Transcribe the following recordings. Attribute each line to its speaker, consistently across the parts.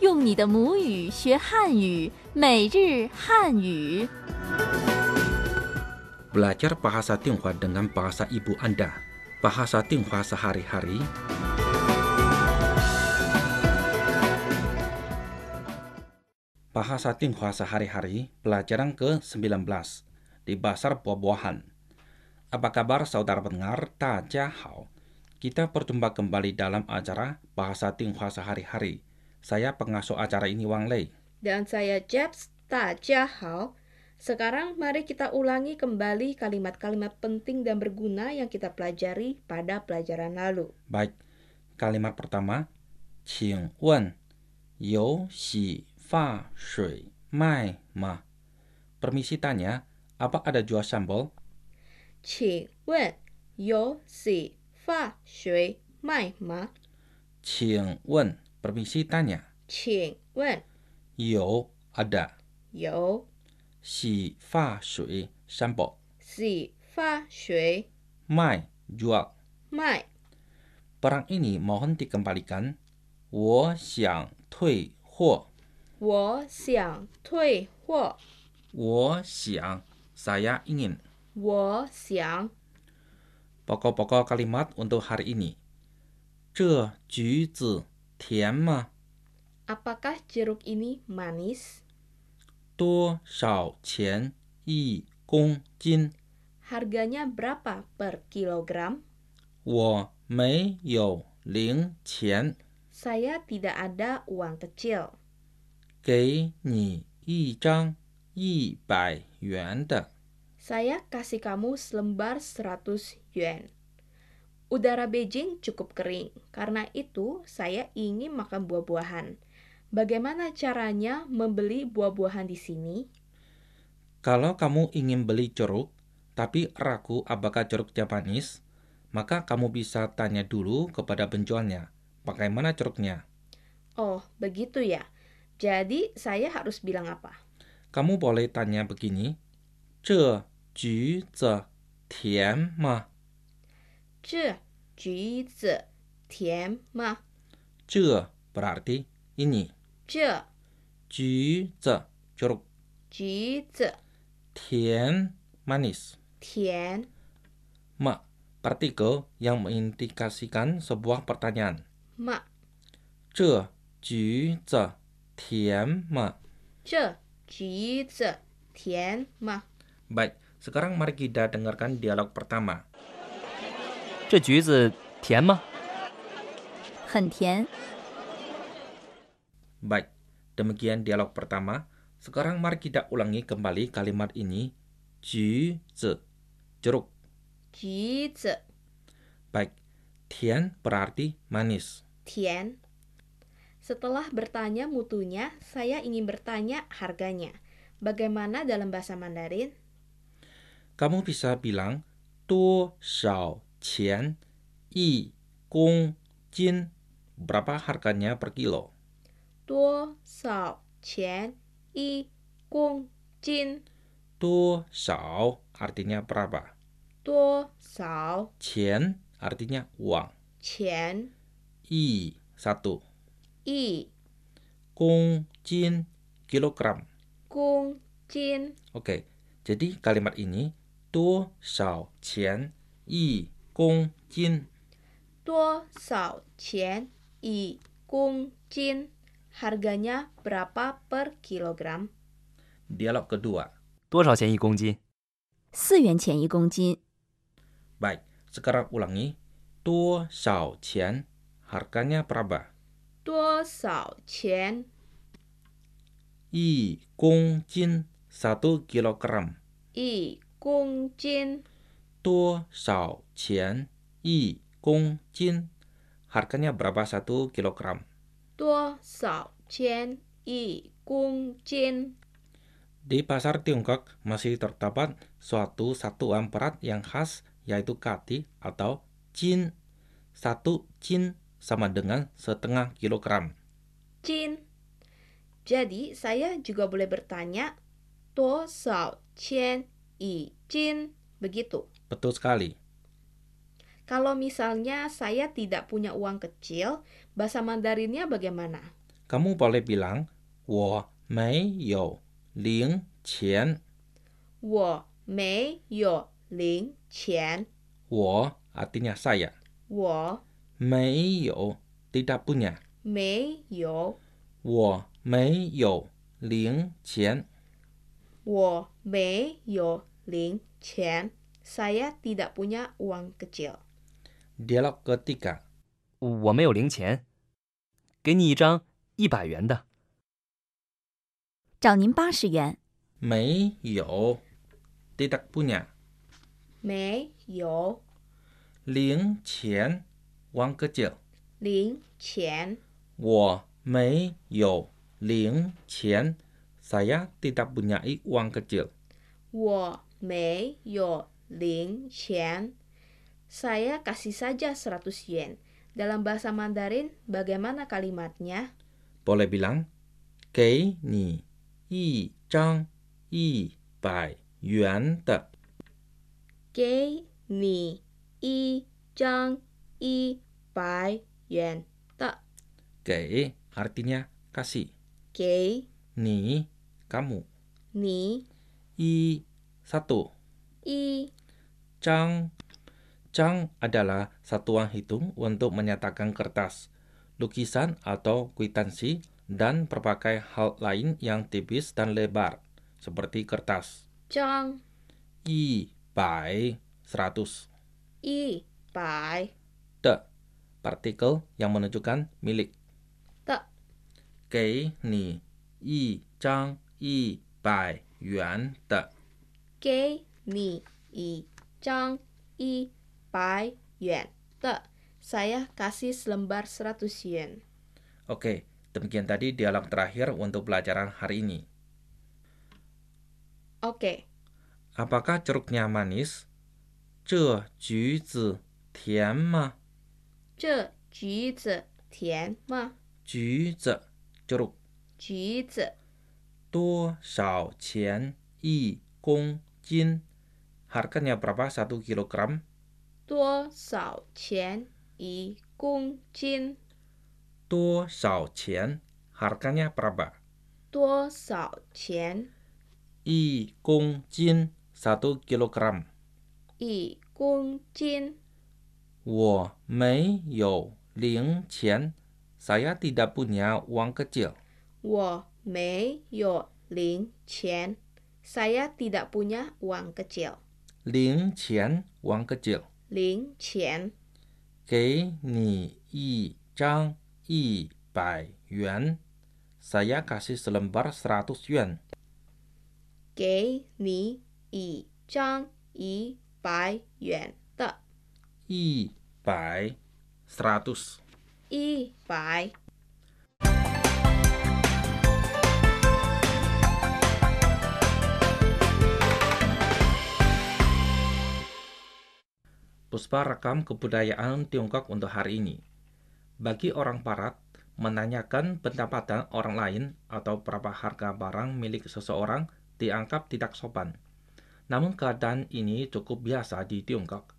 Speaker 1: 用你的母语学汉语，每日汉语。
Speaker 2: Belajar bahasa Tionghoa dengan bahasa ibu Anda. Bahasa Tionghoa sehari-hari. Bahasa Tionghoa sehari-hari, pelajaran ke-19 di Pasar Buah-Buahan. Apa kabar saudara pendengar? Taja hao. Kita berjumpa kembali dalam acara Bahasa Tionghoa sehari-hari. Saya pengasuh acara ini Wang Lei.
Speaker 3: Dan saya Jeps Tajahao. Sekarang mari kita ulangi kembali kalimat-kalimat penting dan berguna yang kita pelajari pada pelajaran lalu.
Speaker 2: Baik, kalimat pertama, 请问有洗发水卖吗 Permisi tanya, apa ada jual sambal?
Speaker 3: 请问有洗发水卖吗？
Speaker 2: 请问 Permisi tanya,
Speaker 3: 请问
Speaker 2: 有 ada
Speaker 3: 有
Speaker 2: 洗发水 sambal
Speaker 3: 洗发水
Speaker 2: 卖 jual
Speaker 3: 卖？
Speaker 2: Barang ini mohon dikembalikan. 我想退货。
Speaker 3: 我想退货。
Speaker 2: 我想 saya ingin.
Speaker 3: 我想
Speaker 2: Pokok-pokok kalimat untuk hari ini. 这橘子甜吗？
Speaker 3: apakah jeruk ini manis?
Speaker 2: 多少钱一公斤？
Speaker 3: Harganya berapa per kilogram?
Speaker 2: 我没有零钱，
Speaker 3: Saya tidak ada uang kecil.
Speaker 2: 给你一张一百元的。
Speaker 3: Saya kasih kamu selembar 100 yuan. Udara Beijing cukup kering, karena itu saya ingin makan buah-buahan. Bagaimana caranya membeli buah-buahan di sini?
Speaker 2: Kalau kamu ingin beli jeruk, tapi ragu apakah jeruk Japanis, maka kamu bisa tanya dulu kepada penjualnya, bagaimana jeruknya.
Speaker 3: Oh, begitu ya. Jadi saya harus bilang apa?
Speaker 2: Kamu boleh tanya begini, 这橘子甜吗？
Speaker 3: 这橘子甜吗？
Speaker 2: 这 berarti ini.
Speaker 3: 这
Speaker 2: Juze jeruk
Speaker 3: 橘子
Speaker 2: tian manis.
Speaker 3: 甜
Speaker 2: Ma partikel yang mengindikasikan sebuah pertanyaan.
Speaker 3: 吗？
Speaker 2: 这橘子 tian ma.
Speaker 3: 这橘子甜吗？
Speaker 2: Baik, sekarang mari kita dengarkan dialog pertama.
Speaker 4: 这橘子甜吗？
Speaker 1: 很甜，
Speaker 2: Baik, demikian dialog pertama. Sekarang mari kita ulangi kembali kalimat ini. Juze jeruk.
Speaker 3: 橘子
Speaker 2: Baik, tian berarti manis.
Speaker 3: 甜。Setelah bertanya mutunya, saya ingin bertanya harganya. Bagaimana dalam bahasa Mandarin?
Speaker 2: kamu bisa bilang 多少钱一公斤 berapa harganya per kilo
Speaker 3: 多少钱一公斤？
Speaker 2: 多少 artinya berapa
Speaker 3: 多少
Speaker 2: 钱 artinya uang
Speaker 3: 钱
Speaker 2: i satu
Speaker 3: 一
Speaker 2: kongjin kilogram
Speaker 3: 公斤？
Speaker 2: oke jadi kalimat ini 多少钱一公斤
Speaker 3: 多少钱一公斤？Harganya berapa per kilogram？
Speaker 2: dialog kedua
Speaker 4: 多少钱一公斤？
Speaker 1: 四元钱一公斤，
Speaker 2: baik sekarang ulangi 多少钱 harganya berapa
Speaker 3: 多少钱？
Speaker 2: 一公斤 satu kilogram
Speaker 3: 一公斤
Speaker 2: 多少钱一公斤 harganya berapa satu kilogram
Speaker 3: 多少钱？一公斤
Speaker 2: di pasar Tiongkok masih terdapat suatu satuan berat yang khas yaitu kati atau cin satu cin sama dengan setengah kilogram
Speaker 3: Jin. Jadi saya juga boleh bertanya 多少钱一斤？Begitu.
Speaker 2: betul sekali
Speaker 3: Kalau misalnya saya tidak punya uang kecil, bahasa Mandarinnya bagaimana?
Speaker 2: Kamu boleh bilang 我没有零钱。
Speaker 3: 我没有零钱。
Speaker 2: 我 artinya saya.
Speaker 3: 我
Speaker 2: 没有 tidak punya.
Speaker 3: 没有，
Speaker 2: 我没有零钱。
Speaker 3: 我没有零钱。Saya tidak punya uang kecil.
Speaker 2: Dialog ketiga.
Speaker 4: 我没有零钱，给你一张一百元的。
Speaker 1: 找您八十元。
Speaker 2: 没有 tidak punya.
Speaker 3: 没有
Speaker 2: 零钱 uang kecil.
Speaker 3: 零钱。
Speaker 2: 我没有零钱。Saya tidak punya uang kecil.
Speaker 3: 我没有零钱。Saya kasih saja 100 yen. Dalam bahasa Mandarin, bagaimana kalimatnya?
Speaker 2: Boleh bilang 给你一张一百元的。
Speaker 3: 给你一张一百元的。
Speaker 2: 给 artinya kasih.
Speaker 3: 给
Speaker 2: Ni kamu.
Speaker 3: 你
Speaker 2: I satu.
Speaker 3: 一
Speaker 2: Cang. Cang adalah satuan hitung untuk menyatakan kertas, lukisan atau kwitansi dan berbagai hal lain yang tipis dan lebar seperti kertas.
Speaker 3: 张
Speaker 2: I bai seratus.
Speaker 3: 一百
Speaker 2: De partikel yang menunjukkan milik.
Speaker 3: 的。
Speaker 2: 给你一张一百元的。
Speaker 3: 给你一张一百元的。Saya kasih selembar 100 yen.
Speaker 2: Oke, demikian tadi dialog terakhir untuk pelajaran hari ini.
Speaker 3: Oke,
Speaker 2: Apakah ceruknya manis? 这橘子甜吗？
Speaker 3: 这橘子甜吗？
Speaker 2: 橘子 ceruk
Speaker 3: 橘子
Speaker 2: 多少钱一公斤？Harganya berapa satu kilogram?
Speaker 3: 多少钱一公斤？
Speaker 2: 多少钱？Harganya berapa?
Speaker 3: 多少钱
Speaker 2: 一公斤 satu kilogram.
Speaker 3: 一公斤？
Speaker 2: 我没有零钱，saya tidak punya uang kecil.
Speaker 3: 我没有零钱，saya tidak punya uang kecil。
Speaker 2: 零钱 uang kecil.
Speaker 3: 零钱，
Speaker 2: 给你一张一百元，saya kasih selembar seratus yuan。
Speaker 3: 给你一张一百元的，
Speaker 2: 一百 seratus。
Speaker 3: 一百。
Speaker 2: Puspa rekam kebudayaan Tiongkok untuk hari ini. Bagi orang barat, menanyakan pendapatan orang lain atau berapa harga barang milik seseorang dianggap tidak sopan. Namun keadaan ini cukup biasa di Tiongkok.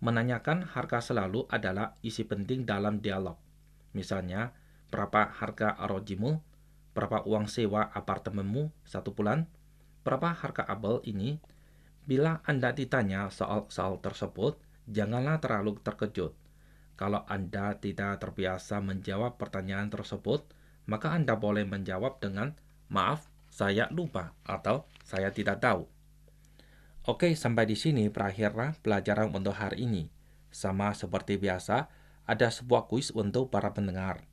Speaker 2: Menanyakan harga selalu adalah isi penting dalam dialog. Misalnya, berapa harga arojimu? Berapa uang sewa apartemenmu satu bulan? Berapa harga abel ini? Bila Anda ditanya soal-soal tersebut, janganlah terlalu terkejut. Kalau Anda tidak terbiasa menjawab pertanyaan tersebut, maka Anda boleh menjawab dengan "Maaf, saya lupa" atau "Saya tidak tahu". Oke, sampai di sini berakhirlah pelajaran untuk hari ini. Sama seperti biasa, ada sebuah kuis untuk para pendengar.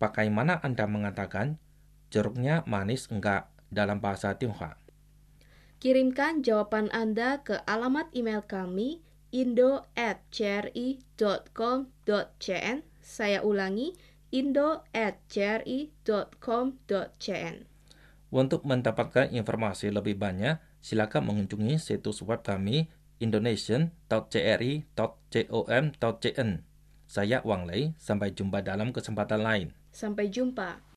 Speaker 2: Pakai mana Anda mengatakan jeruknya manis enggak dalam bahasa Tionghoa?
Speaker 3: Kirimkan jawaban Anda ke alamat email kami indo@cri.com.cn. Saya ulangi indo@cri.com.cn.
Speaker 2: Untuk mendapatkan informasi lebih banyak, silakan mengunjungi situs web kami indonesian.cri.com.cn. Saya Wang Lei, sampai jumpa dalam kesempatan lain.
Speaker 3: Sampai jumpa.